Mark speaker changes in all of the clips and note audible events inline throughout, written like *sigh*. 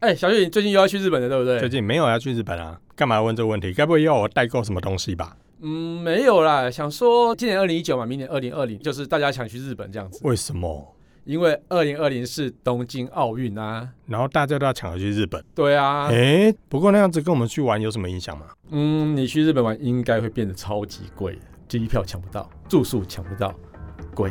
Speaker 1: 哎、小雪，你最近又要去日本了，对不
Speaker 2: 最
Speaker 1: 对？
Speaker 2: 近没有要去日本啊，干嘛问这个问题？该不会要我代购什么东西吧？
Speaker 1: 嗯，没有啦，想说今年二零一九嘛，明年二零二零，就是大家想去日本这样子，
Speaker 2: 为什么？
Speaker 1: 因为二零二零是东京奥运啊。
Speaker 2: 然后大家都要抢着去日本。
Speaker 1: 对啊，
Speaker 2: 诶，不过那样子跟我们去玩有什么影响吗？
Speaker 1: 嗯，你去日本玩应该会变得超级贵，机票抢不到，住宿抢不到，贵。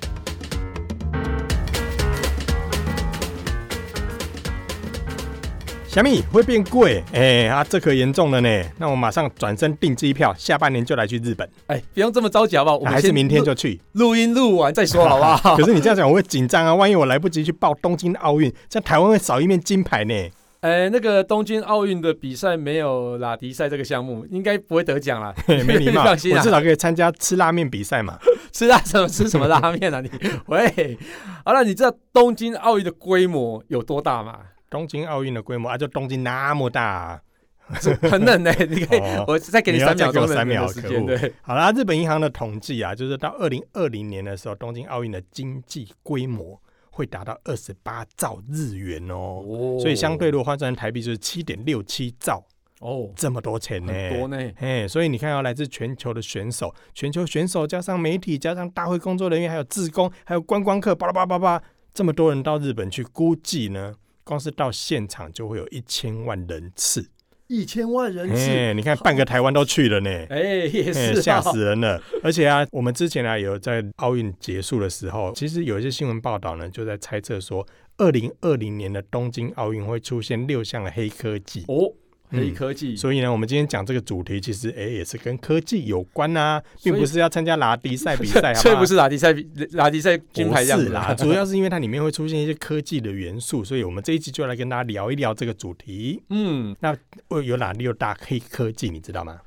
Speaker 2: 小米会变贵，哎、啊，这可严重了呢。那我马上转身订机票，下半年就来去日本，
Speaker 1: 哎、不用这么着急好不好？我
Speaker 2: 啊
Speaker 1: 们
Speaker 2: 还是
Speaker 1: 先
Speaker 2: 明天
Speaker 1: 录
Speaker 2: 就去。
Speaker 1: 录音录完再说好不好？
Speaker 2: 可是你这样讲，我会紧张啊！万一我来不及去报东京奥运，这样台湾会少一面金牌呢。
Speaker 1: 哎，那个东京奥运的比赛没有拉迪赛这个项目，应该不会得奖啦。 *laughs*
Speaker 2: 嘿没礼貌，
Speaker 1: 放心啊
Speaker 2: 我至少可以参加吃拉面比赛嘛。
Speaker 1: 吃拉什么吃什么拉面啊你？ *laughs* 喂，好了，你知道东京奥运的规模有多大吗？
Speaker 2: 东京奥运的规模啊，就东京那么大
Speaker 1: *laughs*
Speaker 2: 啊、
Speaker 1: 很冷呢、 *laughs* 你可以，
Speaker 2: 哦
Speaker 1: 我再给你
Speaker 2: 你要
Speaker 1: 三秒
Speaker 2: 再给我
Speaker 1: 钟的
Speaker 2: 三秒
Speaker 1: 的时间。
Speaker 2: 可恶
Speaker 1: 对，
Speaker 2: 好啦，日本银行的统计啊，就是到二零二零年的时候，东京奥运的经济规模会达到二十八兆日元哦。
Speaker 1: 哦
Speaker 2: 所以相对如果换算成台币就是七点六七兆，
Speaker 1: 哦，
Speaker 2: 这么多钱呢、
Speaker 1: 很多呢。
Speaker 2: 嘿，所以你看啊，来自全球的选手，全球选手加上媒体，加上大会工作人员，还有志工，还有观光客，巴拉巴拉巴拉，这么多人到日本去，估计呢，光是到现场就会有一千万人次。
Speaker 1: 一千万人次，
Speaker 2: 嘿，你看半个台湾都去了呢。
Speaker 1: 哎、也
Speaker 2: 嘿
Speaker 1: 是啊
Speaker 2: 嗯吓、死人了！而且啊，我们之前啊有在奥运结束的时候，其实有一些新闻报道呢，就在猜测说，二零二零年的东京奥运会出现六项的黑科技。
Speaker 1: 哦，
Speaker 2: 嗯
Speaker 1: 黑科技。
Speaker 2: 所以呢，我们今天讲这个主题，其实诶、也是跟科技有关啊，并
Speaker 1: 所以
Speaker 2: 不是要参加拉迪
Speaker 1: *laughs*
Speaker 2: 赛比赛，好
Speaker 1: 所以
Speaker 2: 吗？
Speaker 1: 不是拉迪赛，拉迪赛金牌这样
Speaker 2: 不
Speaker 1: 子
Speaker 2: 是啦，主要是因为它里面会出现一些科技的元素，所以我们这一集就来跟大家聊一聊这个主题。
Speaker 1: 嗯，
Speaker 2: 哦，有哪六大黑科技，你知道吗？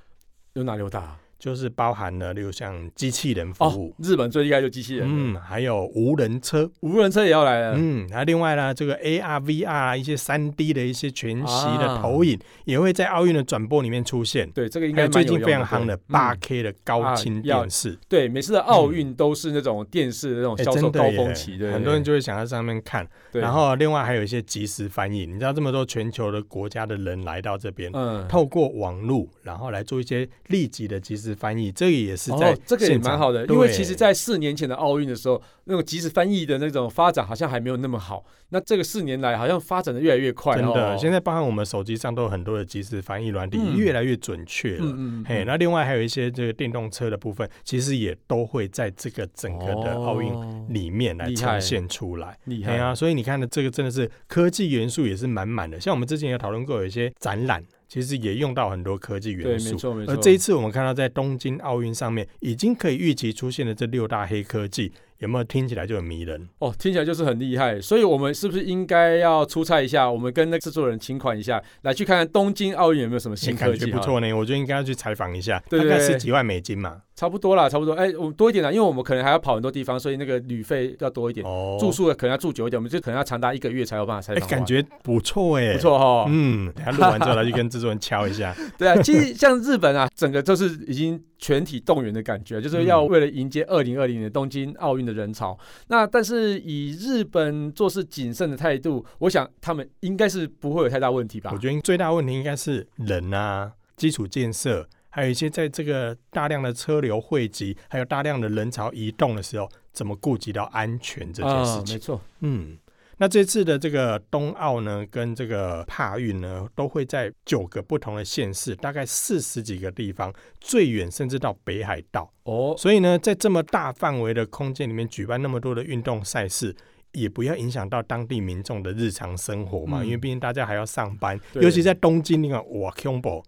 Speaker 1: 有哪六大？
Speaker 2: 就是包含了六项机器人服
Speaker 1: 哦
Speaker 2: 务，，
Speaker 1: 日本最厉害就机器人，嗯，
Speaker 2: 嗯，还有无人车，
Speaker 1: 无人车也要来了。
Speaker 2: 嗯，还有另外呢，这个 AR、VR 啊一些三 D 的一些全息的
Speaker 1: 啊
Speaker 2: 投影，也会在奥运的转播里面出现。
Speaker 1: 对，这个应该
Speaker 2: 还有最
Speaker 1: 蛮有
Speaker 2: 近非
Speaker 1: 用
Speaker 2: 常夯的
Speaker 1: 对
Speaker 2: 八
Speaker 1: 嗯
Speaker 2: K 的高
Speaker 1: 啊
Speaker 2: 清
Speaker 1: 要
Speaker 2: 电视，
Speaker 1: 对，每次的奥运都是那种电视的那种
Speaker 2: 哎
Speaker 1: 销售
Speaker 2: 真的
Speaker 1: 高
Speaker 2: 耶
Speaker 1: 峰期，对，
Speaker 2: 很多人就会想在上面看。
Speaker 1: 对
Speaker 2: 然后另外还有一些即时翻译，你知道这么多全球的国家的人来到这边，
Speaker 1: 嗯，
Speaker 2: 透过网络，然后来做一些立即的即时翻译，这个也是在、
Speaker 1: 哦，这个也蛮好的，
Speaker 2: 对
Speaker 1: 因为其实，在四年前的奥运的时候，那种即时翻译的那种发展好像还没有那么好。那这个四年来，好像发展的越来越快
Speaker 2: 真的，
Speaker 1: 哦
Speaker 2: 现在包含我们手机上都有很多的即时翻译软体，
Speaker 1: 嗯
Speaker 2: 越来越准确了。
Speaker 1: 嗯嗯，
Speaker 2: 嘿，那另外还有一些这个电动车的部分，其实也都会在这个整个的奥运
Speaker 1: 运
Speaker 2: 里面来
Speaker 1: 厉害
Speaker 2: 呈现出来。
Speaker 1: 哦厉
Speaker 2: 对
Speaker 1: 害
Speaker 2: 啊，所以你看的这个真的是科技元素也是满满的。像我们之前有讨论过，有一些展览其实也用到很多科技
Speaker 1: 对，
Speaker 2: 元
Speaker 1: 没
Speaker 2: 素。
Speaker 1: 错没错。
Speaker 2: 而这一次我们看到在东京奥运上面已经可以预期出现的这六大黑科技，有没有听起来就很迷人？
Speaker 1: 哦，听起来就是很厉害，所以我们是不是应该要出差一下？我们跟那个制作人请款一下，来去看看东京奥运有没有什么新
Speaker 2: 哎感
Speaker 1: 科
Speaker 2: 觉
Speaker 1: 技？
Speaker 2: 不，错呢，我觉得应该要去采访一下，
Speaker 1: 对对
Speaker 2: 大概
Speaker 1: 对
Speaker 2: 十几万美金嘛。
Speaker 1: 差不多啦，差不多。哎，我们多一点啦，因为我们可能还要跑很多地方，所以那个旅费要多一点，
Speaker 2: 哦
Speaker 1: 住宿可能要住久一点，我们就可能要长达一个月才有办法采
Speaker 2: 哎、
Speaker 1: 访完。
Speaker 2: 感觉不错哎，
Speaker 1: 不。错哈。
Speaker 2: 嗯，等下录完之后来去跟制作人敲一下。
Speaker 1: *laughs* 对啊，其实像日本啊，整个就是已经全体动员的感觉，就是要为了迎接二零二零年东京奥运的人潮。那但是以日本做事谨慎的态度，我想他们应该是不会有太大问题吧
Speaker 2: 我？觉得最大问题应该是人啊，基础建设，还有一些在这个大量的车流汇集，还有大量的人潮移动的时候，怎么顾及到安全这件事
Speaker 1: 啊
Speaker 2: 情
Speaker 1: 没。错。
Speaker 2: 嗯，那这次的这个冬奥呢，跟这个帕运呢，都会在九个不同的县市，大概四十几个地方，最远甚至到北海道。
Speaker 1: 哦，
Speaker 2: 所以呢，在这么大范围的空间里面举办那么多的运动赛事。也不要影响到当地民众的日常生活嘛，
Speaker 1: 嗯
Speaker 2: 因为毕竟大家还要上班，
Speaker 1: 对
Speaker 2: 尤其在东京，你看哇 c o m b o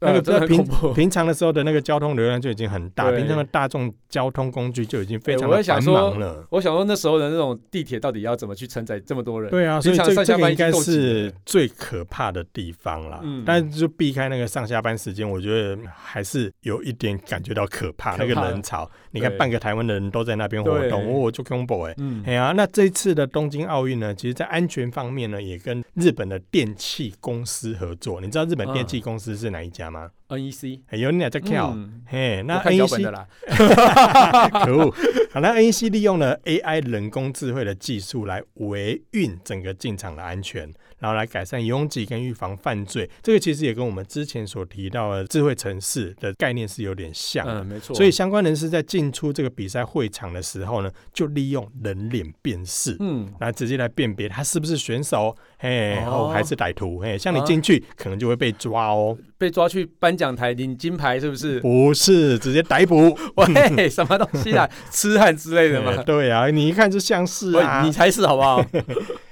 Speaker 2: 那个
Speaker 1: 呃真的
Speaker 2: 在
Speaker 1: 很
Speaker 2: 平
Speaker 1: 恐怖。
Speaker 2: 平常的时候的那个交通流量就已经很大，
Speaker 1: 对哎
Speaker 2: 平常的大众交通工具就已经非
Speaker 1: 对
Speaker 2: 常
Speaker 1: 我
Speaker 2: 的
Speaker 1: 也想
Speaker 2: 繁
Speaker 1: 说
Speaker 2: 忙了。
Speaker 1: 我想说那时候的那种地铁到底要怎么去承载这么多人？
Speaker 2: 对啊，所
Speaker 1: 平
Speaker 2: 以
Speaker 1: 常
Speaker 2: 这
Speaker 1: 上下班
Speaker 2: 这个
Speaker 1: 已
Speaker 2: 应
Speaker 1: 经
Speaker 2: 该
Speaker 1: 够挤
Speaker 2: 是
Speaker 1: 了
Speaker 2: 最可怕的地方啦。
Speaker 1: 嗯
Speaker 2: 但是就避开那个上下班时间，我觉得还是有一点感觉到可怕。
Speaker 1: 可怕
Speaker 2: 那个人潮，你看
Speaker 1: 对
Speaker 2: 半个台湾的人都在那边活
Speaker 1: 对
Speaker 2: 动，我就 combo 哎、
Speaker 1: 嗯
Speaker 2: 哎呀、那这一次的东京奥运呢，其实在安全方面呢，也跟日本的电器公司合作。你知道日本
Speaker 1: 嗯
Speaker 2: 电器公司是哪一家吗？
Speaker 1: ，NEC，
Speaker 2: 哎有你俩在跳。
Speaker 1: 嗯
Speaker 2: 嘿，那
Speaker 1: 我看脚
Speaker 2: NEC
Speaker 1: 本的啦，
Speaker 2: *laughs* 可恶！好，那 NEC 利用了 AI 人工智慧的技术来维运整个进场的安全，然后来改善拥挤跟预防犯罪。这个其实也跟我们之前所提到的智慧城市的概念是有点像的。
Speaker 1: 嗯，没错。
Speaker 2: 所以相关人士在进出这个比赛会场的时候呢，就利用人脸辨识。
Speaker 1: 嗯，
Speaker 2: 来直接来辨别他是不是选手，嘿，
Speaker 1: 哦
Speaker 2: 哦，还是歹徒，嘿，像你
Speaker 1: 啊
Speaker 2: 进去、可能就会被抓哦，
Speaker 1: 被抓去颁奖台领金牌是不是？
Speaker 2: 不是直接逮捕，
Speaker 1: *laughs* 喂，什么东
Speaker 2: *laughs*
Speaker 1: 西啊？痴汉之类的
Speaker 2: 嘿
Speaker 1: 吗？
Speaker 2: *laughs* 对啊，你一看就像是啊，
Speaker 1: 喂，你才是好不好？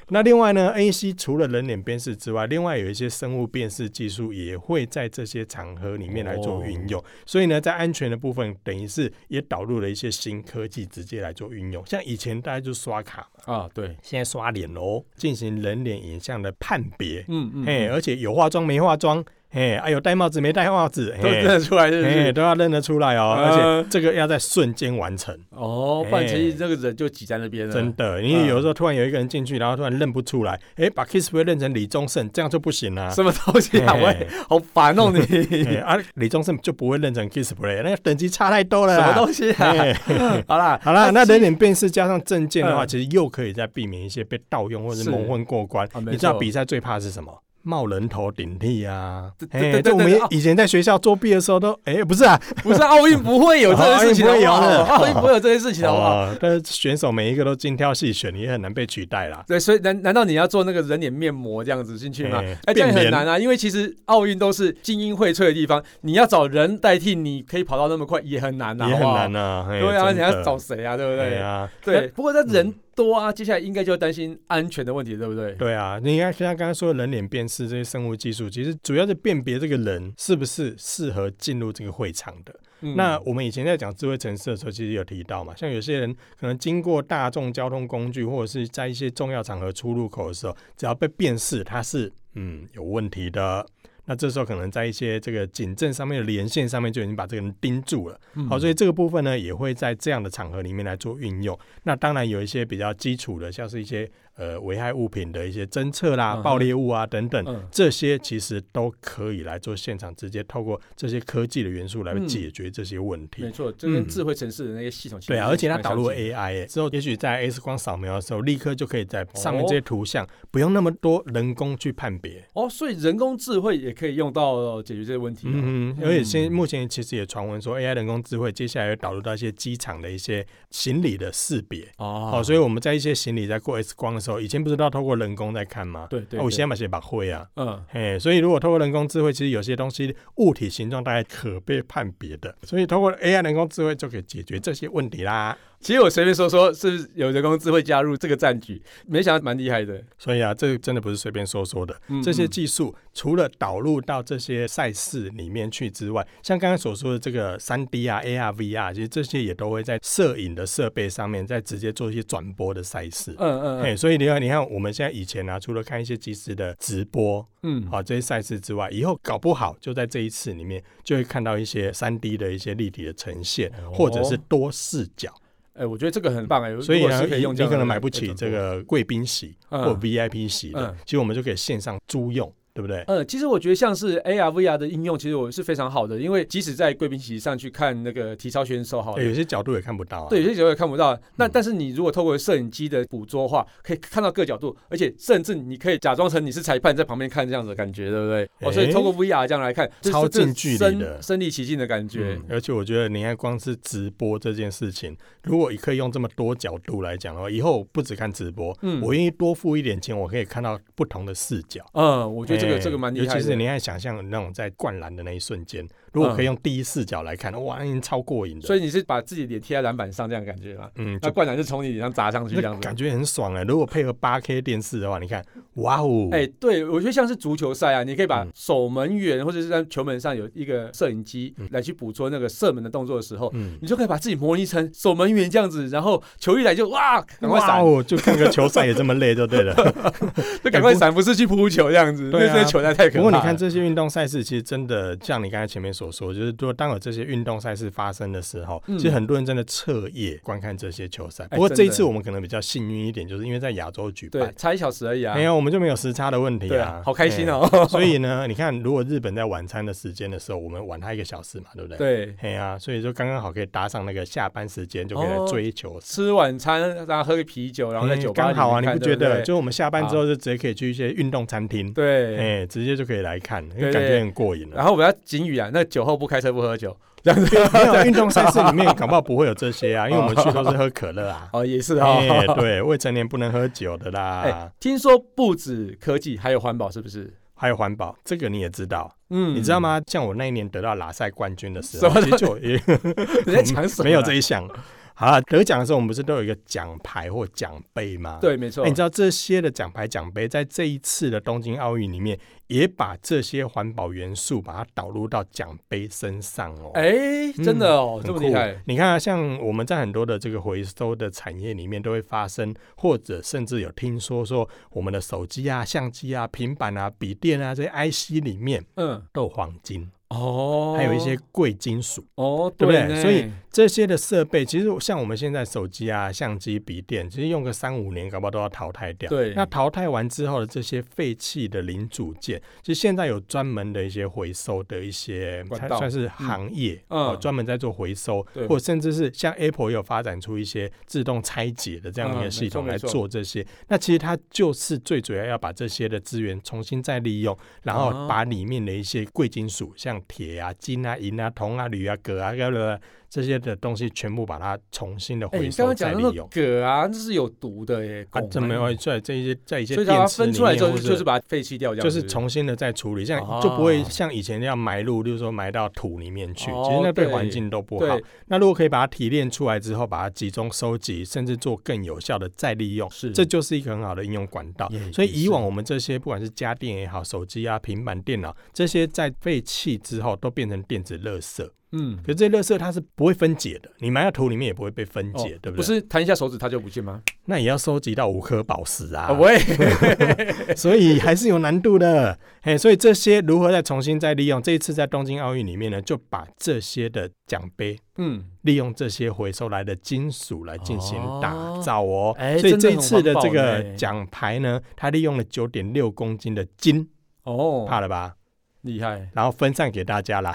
Speaker 2: 那另外呢，NEC 除了人脸辨识之外，另外有一些生物辨识技术也会在这些场合里面来
Speaker 1: 哦
Speaker 2: 做运用。所以呢，在安全的部分，等于是也导入了一些新科技，直接来做运用。像以前大家就刷卡嘛，
Speaker 1: *laughs* 啊，对，
Speaker 2: 现在刷脸哦，进行人脸影像的判别。
Speaker 1: 嗯嗯，
Speaker 2: 哎、
Speaker 1: 嗯
Speaker 2: 而且有化妆没化妆，哎，啊有戴帽子没戴帽子，
Speaker 1: 都认
Speaker 2: 哎，
Speaker 1: 得出来，是不
Speaker 2: 哎
Speaker 1: 是？
Speaker 2: 都要认得出来哦。而
Speaker 1: 呃
Speaker 2: 且这个要在瞬间完成。
Speaker 1: 哦，不然其实
Speaker 2: 哎
Speaker 1: 这个人就挤在那边了，
Speaker 2: 真的，
Speaker 1: 嗯
Speaker 2: 你有时候突然有一个人进去，然后突然认不出来，哎、把 Kiss 会认成李宗盛，这样就不行啦、
Speaker 1: 什么东西啊？
Speaker 2: 嘿
Speaker 1: 喂，好烦哦你，
Speaker 2: 哎
Speaker 1: 什
Speaker 2: 啊，李宗盛就不会认成 Kiss Play，那个等级差太多了啦。
Speaker 1: 么东西啊？
Speaker 2: 哎
Speaker 1: *laughs* 好啦，*laughs*
Speaker 2: 好啦，那人脸辨识加上证件的话，
Speaker 1: 嗯
Speaker 2: 其实又可以再避免一些被盗用或者
Speaker 1: 是
Speaker 2: 是蒙混过关。
Speaker 1: 啊没
Speaker 2: 你知道
Speaker 1: 错
Speaker 2: 比赛最怕是什么？冒人头顶替啊
Speaker 1: 对！对
Speaker 2: 哎，
Speaker 1: 对
Speaker 2: 这我
Speaker 1: 对
Speaker 2: 们
Speaker 1: 对哦
Speaker 2: 以前在学校作弊的时候都，哎，不是啊，
Speaker 1: 不是奥运不会有这件事情
Speaker 2: 哦
Speaker 1: 好不
Speaker 2: 奥运不会有
Speaker 1: 好？
Speaker 2: 的
Speaker 1: 奥运不会有这件事情好不啊好？
Speaker 2: 哦，但是选手每一个都精挑细选，也很难被取代啦。
Speaker 1: 对，所以难难道你要做那个人脸面膜这样子进去吗？
Speaker 2: 哎
Speaker 1: 哎，这样也
Speaker 2: 变
Speaker 1: 很
Speaker 2: 脸
Speaker 1: 难啊，因为其实奥运都是精英荟萃的地方，你要找人代替，你可以跑到那么快也很难啊，
Speaker 2: 也很
Speaker 1: 好不好
Speaker 2: 难啊。嘿
Speaker 1: 对啊，
Speaker 2: 真
Speaker 1: 你
Speaker 2: 的
Speaker 1: 要找谁啊？对不
Speaker 2: 对
Speaker 1: 对？
Speaker 2: 啊，
Speaker 1: 对，不过那人
Speaker 2: 嗯
Speaker 1: 多啊，接下来应该就要担心安全的问题，对不对？
Speaker 2: 对啊，你看像刚刚说的人脸辨识这些生物技术，其实主要是辨别这个人是不是适合进入这个会场的。
Speaker 1: 嗯
Speaker 2: 那我们以前在讲智慧城市的时候，其实有提到嘛，像有些人可能经过大众交通工具，或者是在一些重要场合出入口的时候，只要被辨识他是嗯有问题的。那这时候可能在一些这个警政上面的连线上面就已经把这个人盯住了，
Speaker 1: 嗯
Speaker 2: 好，所以这个部分呢也会在这样的场合里面来做运用。那当然有一些比较基础的，像是一些呃危害物品的一些侦测啦、
Speaker 1: 嗯哼
Speaker 2: 爆裂物啊等等，
Speaker 1: 嗯
Speaker 2: 这些其实都可以来做现场直接透过这些科技的元素来
Speaker 1: 嗯
Speaker 2: 解决这些问题。
Speaker 1: 没错，这跟
Speaker 2: 嗯
Speaker 1: 智慧城市的那些系统其实
Speaker 2: 对啊，而且它
Speaker 1: 蛮
Speaker 2: 导入
Speaker 1: 相近
Speaker 2: AI 耶之后，也许在 X 光扫描的时候，立刻就可以在上面
Speaker 1: 哦
Speaker 2: 这些图像、不用那么多人工去判别。
Speaker 1: 哦，所以人工智慧也可以用到解决这些问题哦。
Speaker 2: 嗯嗯，而且现
Speaker 1: 嗯
Speaker 2: 目前其实也传闻说，AI 人工智慧接下来会导入到一些机场的一些行李的识别。
Speaker 1: 哦
Speaker 2: 好、所以我们在一些行李在过 X 光的时候，以前不是都要透过人工在看吗？
Speaker 1: 对对，
Speaker 2: 啊我
Speaker 1: 对
Speaker 2: 现在买些把会啊，
Speaker 1: 嗯，
Speaker 2: 嘿，所以如果透过人工智慧，其实有些东西物体形状大概可被判别的，所以透过 AI 人工智慧就可以解决这些问题啦。
Speaker 1: 其实我随便说说，是不是有人工智慧加入这个战局？没想到蛮厉害的。
Speaker 2: 所以啊，这个真的不是随便说说的。
Speaker 1: 嗯
Speaker 2: 这些
Speaker 1: 嗯
Speaker 2: 技术除了导入到这些赛事里面去之外，像刚刚所说的这个三 D 啊、AR、VR，其实这些也都会在摄影的设备上面再直接做一些转播的赛事。
Speaker 1: 嗯嗯
Speaker 2: 嘿，
Speaker 1: 嗯
Speaker 2: 所以你看，你看我们现在以前啊，除了看一些即时的直播，
Speaker 1: 嗯，
Speaker 2: 好、这些赛事之外，以后搞不好就在这一次里面就会看到一些三 D 的一些立体的呈现，或者是
Speaker 1: 哦
Speaker 2: 多视角。
Speaker 1: 哎，我觉得这个很棒哎，
Speaker 2: 所以
Speaker 1: 如果
Speaker 2: 呢，
Speaker 1: 是可以
Speaker 2: 你
Speaker 1: 用这
Speaker 2: 你
Speaker 1: 样
Speaker 2: 可
Speaker 1: 的
Speaker 2: 能买不起
Speaker 1: 来转
Speaker 2: 这
Speaker 1: 播
Speaker 2: 个贵宾席
Speaker 1: 嗯
Speaker 2: 或 VIP 席的，
Speaker 1: 嗯
Speaker 2: 其实我们就可以线上租用，对不对？
Speaker 1: 呃，其实我觉得像是 AR、VR 的应用，其实我是非常好的，因为即使在贵宾席上去看那个体操选手，好了
Speaker 2: 诶有些角度也看不到啊。
Speaker 1: 对，有些角度也看不到。那
Speaker 2: 哎嗯
Speaker 1: 但是你如果透过摄影机的捕捉的话，可以看到各角度，而且甚至你可以假装成你是裁判在旁边看这样子的感觉，对不对？哦，所以透过 VR 这样来看，就是
Speaker 2: 哎超
Speaker 1: 这个
Speaker 2: 近距离
Speaker 1: 身
Speaker 2: 的
Speaker 1: 身临其境的感觉
Speaker 2: 嗯。而且我觉得，你看光是直播这件事情，如果可以用这么多角度来讲的话，以后不只看直播，
Speaker 1: 嗯
Speaker 2: 我愿意多付一点钱，我可以看到不同的视角。
Speaker 1: 嗯，我觉得这个
Speaker 2: 哎
Speaker 1: 这个蛮厉害
Speaker 2: 尤其是
Speaker 1: 的。嗯
Speaker 2: 你看，想象那种在灌篮的那一瞬间，如果可以用第一视角来看，哇，那已经超过瘾的。
Speaker 1: 所
Speaker 2: 以，
Speaker 1: 以你是把自己脸贴在篮板上，这样感觉吗？
Speaker 2: 嗯，
Speaker 1: 那
Speaker 2: 就
Speaker 1: 灌篮就从你脸上砸上去，这
Speaker 2: 那
Speaker 1: 样子。
Speaker 2: 感觉很爽哎、如果配合八 K 电视的话，你看，哇哦，
Speaker 1: 哎、对，我觉得像是足球赛啊，你可以把
Speaker 2: 嗯
Speaker 1: 守门员或者是在球门上有一个摄影机来去捕捉那个射门的动作的时候，
Speaker 2: 嗯，
Speaker 1: 你就可以把自己模拟成守门员这样子，然后球一来就哇，赶快
Speaker 2: 哇
Speaker 1: 闪，
Speaker 2: 哦，就看个球赛也这么累，就
Speaker 1: *laughs*
Speaker 2: 对了。
Speaker 1: 就赶快闪，不是去扑球这样子，
Speaker 2: 对啊
Speaker 1: 那些球赛太可怕欸
Speaker 2: 不
Speaker 1: 了。
Speaker 2: 过你看这些运动赛事，其实真的像你刚才前面所说，就是说当有这些运动赛事发生的时候，
Speaker 1: 嗯
Speaker 2: 其实很多人真的彻夜观看这些球赛。
Speaker 1: 哎
Speaker 2: 不过这一
Speaker 1: 真的
Speaker 2: 次我们可能比较幸运一点，就是因为在亚洲举
Speaker 1: 对
Speaker 2: 办，，
Speaker 1: 差一小时而已啊，
Speaker 2: 没有我们就没有时差的问题
Speaker 1: 对
Speaker 2: 啊，
Speaker 1: 好开心哦、
Speaker 2: *laughs* 哎。所以呢，你看，如果日本在晚餐的时间的时候，我们晚他一个小时嘛，对不对？。
Speaker 1: 对，
Speaker 2: 嘿呀、所以就刚刚好可以搭上那个下班时间，就可以来
Speaker 1: 哦
Speaker 2: 追球
Speaker 1: 吃晚餐，然后喝个啤酒，然后在
Speaker 2: 嗯
Speaker 1: 酒吧
Speaker 2: 刚好啊，
Speaker 1: 里
Speaker 2: 你
Speaker 1: 面
Speaker 2: 不
Speaker 1: 看
Speaker 2: 觉
Speaker 1: 对
Speaker 2: 得？
Speaker 1: 不
Speaker 2: 就我们下班之后就直接可以去一些运动餐厅，
Speaker 1: 对？对。
Speaker 2: 哎、直接就可以来看，因
Speaker 1: 对
Speaker 2: 为感
Speaker 1: 对
Speaker 2: 觉很过瘾 *laughs* 了。
Speaker 1: 然后我们要警语啊，那酒后不开车不喝酒。
Speaker 2: *laughs* 没有运动赛事里面搞不好不会有这些 *laughs* 啊，因为我们去都是喝可乐 *laughs* 啊
Speaker 1: 哦，也是哦。
Speaker 2: 哎，对，未成年不能喝酒的啦，
Speaker 1: 哎，听说不止科技，还有环保，是不是？
Speaker 2: 还有环保，这个你也知道，
Speaker 1: 嗯
Speaker 2: 你知道？吗？像我那一年得到拉赛冠军的时
Speaker 1: 什么
Speaker 2: 候，其实就也
Speaker 1: *laughs* 你在讲什么？
Speaker 2: 没有这，一项。好了，得奖的时候我们不是都有一个奖牌或奖杯吗？
Speaker 1: *laughs* 对，没错
Speaker 2: 哎。你知道这些的奖牌、奖杯，在这一次的东京奥运里面，也把这些环保元素把它导入到奖杯身上哦。
Speaker 1: 哎，真的哦，
Speaker 2: 嗯很
Speaker 1: 这么
Speaker 2: 酷
Speaker 1: 厉害。
Speaker 2: 你看、啊，像我们在很多的这个回收的产业里面都会发生，或者甚至有听说说，我们的手机啊、相机啊、平板啊、笔电啊这些 IC 里面
Speaker 1: 嗯，
Speaker 2: 都有黄金，
Speaker 1: 哦，
Speaker 2: 还有一些贵金属。
Speaker 1: 哦，
Speaker 2: 对不对
Speaker 1: 呢
Speaker 2: 所以这些的设备，其实像我们现在手机啊、相机、笔电，其实用个三五年，搞不好都要淘汰掉。
Speaker 1: 对嗯
Speaker 2: 那淘汰完之后的这些废弃的零组件，其实现在有专门的一些回收的一些，
Speaker 1: 管
Speaker 2: 它
Speaker 1: 道
Speaker 2: 算是行业，
Speaker 1: 嗯
Speaker 2: 哦，专门在做回收
Speaker 1: 对，
Speaker 2: 或甚至是像 Apple 也有发展出一些自动拆解的这样的
Speaker 1: 嗯
Speaker 2: 一个系统
Speaker 1: 没
Speaker 2: 来
Speaker 1: 错没错
Speaker 2: 做这些。那其实它就是最主要要把这些的资源重新再利用，然
Speaker 1: 哦
Speaker 2: 后把里面的一些贵金属，像铁啊、金啊、银啊、铜啊、铝啊、铬啊、啦啦啦这些的东西，全部把它重新的
Speaker 1: 哎，
Speaker 2: 回
Speaker 1: 你刚
Speaker 2: 收
Speaker 1: 刚
Speaker 2: 再
Speaker 1: 讲的
Speaker 2: 利
Speaker 1: 那
Speaker 2: 用
Speaker 1: 个。镉啊，这是有毒的耶，
Speaker 2: 啊，
Speaker 1: 汞
Speaker 2: 怎么会在这一些在一些
Speaker 1: 所以它
Speaker 2: 电池
Speaker 1: 分
Speaker 2: 里
Speaker 1: 出来
Speaker 2: 面，
Speaker 1: 之后
Speaker 2: 或
Speaker 1: 就就是把它废弃掉，这样
Speaker 2: 就是
Speaker 1: 子
Speaker 2: 重新的再处理，这
Speaker 1: 哦
Speaker 2: 样就不会像以前要埋入，就是说埋到土里面去，
Speaker 1: 哦
Speaker 2: 其实那对
Speaker 1: 对
Speaker 2: 环境都不好
Speaker 1: 对。
Speaker 2: 那如果可以把它提炼出来之后，把它集中收集，甚至做更有效的再利用，
Speaker 1: 是
Speaker 2: 这就是一个很好的应用管道。
Speaker 1: 也
Speaker 2: 所
Speaker 1: 也
Speaker 2: 以以
Speaker 1: 是
Speaker 2: 往我们这些不管是家电也好，手机啊、平板电脑这些，在废弃之后都变成电子垃圾。
Speaker 1: 嗯
Speaker 2: 可是这些垃圾它是不会分解的，你埋到土里面也不会被分解，
Speaker 1: 哦
Speaker 2: 对不对？
Speaker 1: 不，是弹一下手指它就不见吗？
Speaker 2: 那也要收集到五颗宝石啊。
Speaker 1: 啊，喂，
Speaker 2: 所以还是有难度的。嘿，所以这些如何再重新再利用？这一次在东京奥运里面呢，就把这些的奖杯。
Speaker 1: 嗯，
Speaker 2: 利用这些回收来的金属来进行打造哦，
Speaker 1: 哎
Speaker 2: 所以
Speaker 1: 真的
Speaker 2: 这
Speaker 1: 很
Speaker 2: 一次的这
Speaker 1: 环保
Speaker 2: 个
Speaker 1: 呢
Speaker 2: 奖牌呢，它利用了九点六公斤的金，
Speaker 1: 哦，
Speaker 2: 怕了吧？
Speaker 1: 厉害，
Speaker 2: 然后分散给大家
Speaker 1: *laughs*
Speaker 2: 啦，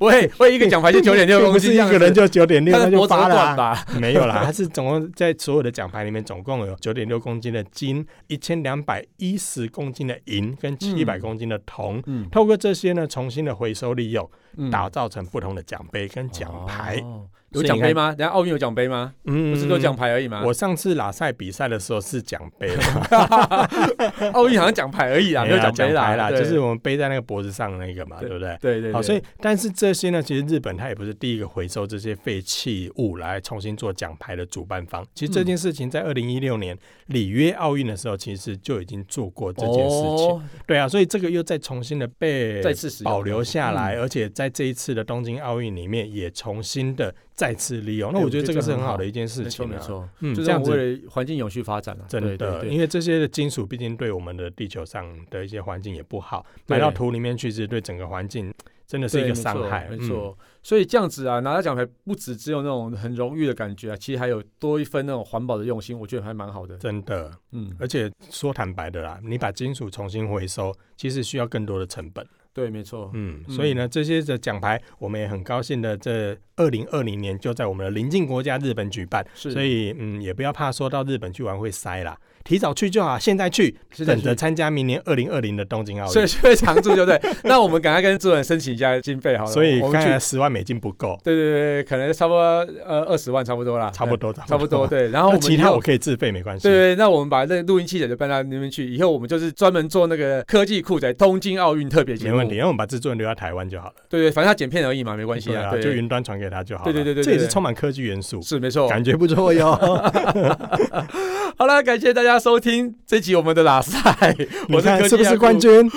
Speaker 1: 喂喂，一个奖牌就九点六
Speaker 2: 并
Speaker 1: 公
Speaker 2: 不是 *laughs*
Speaker 1: 斤，
Speaker 2: 一个人就九点六，
Speaker 1: 他
Speaker 2: 那
Speaker 1: 的
Speaker 2: 就
Speaker 1: 脖子都
Speaker 2: 发了
Speaker 1: 短。
Speaker 2: 啊
Speaker 1: 吧？
Speaker 2: 没有啦，它是总共在所有的奖牌里面，总共有九点六公斤的金、一千两百一十公斤的银跟七百
Speaker 1: 嗯
Speaker 2: 公斤的铜。
Speaker 1: 嗯，
Speaker 2: 透过这些呢，重新的回收利用，
Speaker 1: 嗯
Speaker 2: 打造成不同的奖杯跟奖牌。
Speaker 1: 哦有
Speaker 2: 所以
Speaker 1: 奖
Speaker 2: 你
Speaker 1: 杯
Speaker 2: 看
Speaker 1: 吗？人家奥运有奖杯吗？
Speaker 2: 嗯
Speaker 1: 不是都奖。牌而已吗？
Speaker 2: 我上次拉赛比赛的时候是奖杯啦，
Speaker 1: *laughs*
Speaker 2: 哎
Speaker 1: 奥运好像奖牌而已啊啦，没有
Speaker 2: 啦
Speaker 1: 奖杯
Speaker 2: 奖牌啦，
Speaker 1: 对
Speaker 2: 就是我们背在那个脖子上那个嘛，对不对？
Speaker 1: 对对，
Speaker 2: 好，
Speaker 1: 对
Speaker 2: 所以但是这些呢，其实日本它也不是第一个回收这些废弃物来重新做奖牌的主办方。其实这件事
Speaker 1: 嗯
Speaker 2: 情在二零一六年里约奥运的时候，其实就已经做过这件事情。
Speaker 1: 哦
Speaker 2: 对啊，所以这个又再重新的被
Speaker 1: 再次使用
Speaker 2: 保留下来，
Speaker 1: 嗯
Speaker 2: 而且在这一次的东京奥运里面也重新的再次利用。那
Speaker 1: 哎
Speaker 2: 我
Speaker 1: 我
Speaker 2: 觉
Speaker 1: 觉得
Speaker 2: 得这个
Speaker 1: 这
Speaker 2: 是
Speaker 1: 很
Speaker 2: 很好
Speaker 1: 好
Speaker 2: 的一件事
Speaker 1: 没错
Speaker 2: 情
Speaker 1: 没
Speaker 2: 啊。
Speaker 1: 错，
Speaker 2: 嗯，
Speaker 1: 就
Speaker 2: 这
Speaker 1: 是我
Speaker 2: 样
Speaker 1: 们
Speaker 2: 子
Speaker 1: 为了环境永续发展啊，
Speaker 2: 真
Speaker 1: 对对
Speaker 2: 的，
Speaker 1: 对
Speaker 2: 因为这些的金属毕竟对我们的地球上的一些环境也不好，
Speaker 1: 对
Speaker 2: 埋到土里面去，其实对整个环境真的是一
Speaker 1: 对
Speaker 2: 个
Speaker 1: 没
Speaker 2: 伤
Speaker 1: 错
Speaker 2: 害。
Speaker 1: 没
Speaker 2: 嗯
Speaker 1: 错。所以这样子啊，拿到奖牌不只只有那种很荣誉的感觉啊，其实还有多一份那种环保的用心，我觉得还蛮好的。
Speaker 2: 真的。
Speaker 1: 嗯，
Speaker 2: 而且说坦白的啦，你把金属重新回收，其实需要更多的成本。
Speaker 1: 对，没错。
Speaker 2: 嗯，
Speaker 1: 嗯
Speaker 2: 所以呢，这些的奖牌，我们也很高兴的，这二零二零年就在我们的邻近国家日本举办，
Speaker 1: 是，
Speaker 2: 所以嗯，也不要怕说到日本去玩会塞啦，提早去就好，现在去，
Speaker 1: 现在
Speaker 2: 等着参加明年二零二零的东京奥
Speaker 1: 所以
Speaker 2: 运。
Speaker 1: 就会常驻，对不 *laughs* 对？那我们赶快跟主人申请一下经费好了。
Speaker 2: 所以
Speaker 1: 我
Speaker 2: 刚
Speaker 1: 们去
Speaker 2: 才，十万美金不够，
Speaker 1: 对对对，可能差不多呃二十万差不多啦，
Speaker 2: 差不多，
Speaker 1: 对差不多。。
Speaker 2: *laughs*
Speaker 1: 对，然后我
Speaker 2: 那
Speaker 1: 们
Speaker 2: 其
Speaker 1: 以
Speaker 2: 他
Speaker 1: 后
Speaker 2: 我可以自费，没关系。
Speaker 1: 对对，那我们把那个录音器材就搬到那边去，以后我们就是专门做那个科技酷仔东京奥运特别节
Speaker 2: 没
Speaker 1: 目。
Speaker 2: 问问题，因为我们把制作人留在台湾就好了。
Speaker 1: 对对，反正他剪片而已嘛，没关系
Speaker 2: 对啊，
Speaker 1: 对
Speaker 2: 就云端传给他就好了。
Speaker 1: 对对对对
Speaker 2: 这也是
Speaker 1: 对
Speaker 2: 充满科技元素，
Speaker 1: 是没错。
Speaker 2: 感觉不
Speaker 1: *laughs*
Speaker 2: 错哟。
Speaker 1: 好了，感谢大家收听这集我们的拉赛，
Speaker 2: 你
Speaker 1: 我是科技
Speaker 2: 看是不
Speaker 1: 阿
Speaker 2: 是
Speaker 1: 酷
Speaker 2: 冠？军？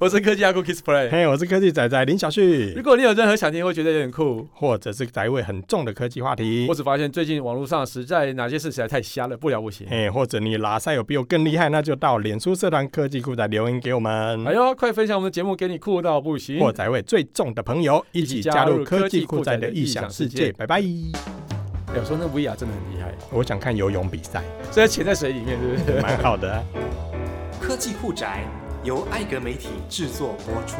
Speaker 1: 我是科技阿酷 Kiss Play。
Speaker 2: 嘿，我是科技仔仔林小
Speaker 1: 如
Speaker 2: 旭，
Speaker 1: 果你有任何想听，会觉得有点酷，
Speaker 2: 或者是宅味很重的科技话题
Speaker 1: 我。只发现最近网络上实在哪些事实在太瞎了，不了不行。
Speaker 2: 嘿，或者你拉塞有比我更厉害，那就到脸书社团科技库来留言给我
Speaker 1: 哎
Speaker 2: 们，
Speaker 1: 呦，快分享我们的节目给你酷到不行！
Speaker 2: 或宅味最重的朋友一起加入科技库仔的异想世界。拜拜！
Speaker 1: 哎我说那维亚真的很厉害，
Speaker 2: 我想看游泳比赛，
Speaker 1: 虽然潜在水里面，对不对？
Speaker 2: 蛮好的啊、
Speaker 3: 科技酷宅由艾格媒体制作播出。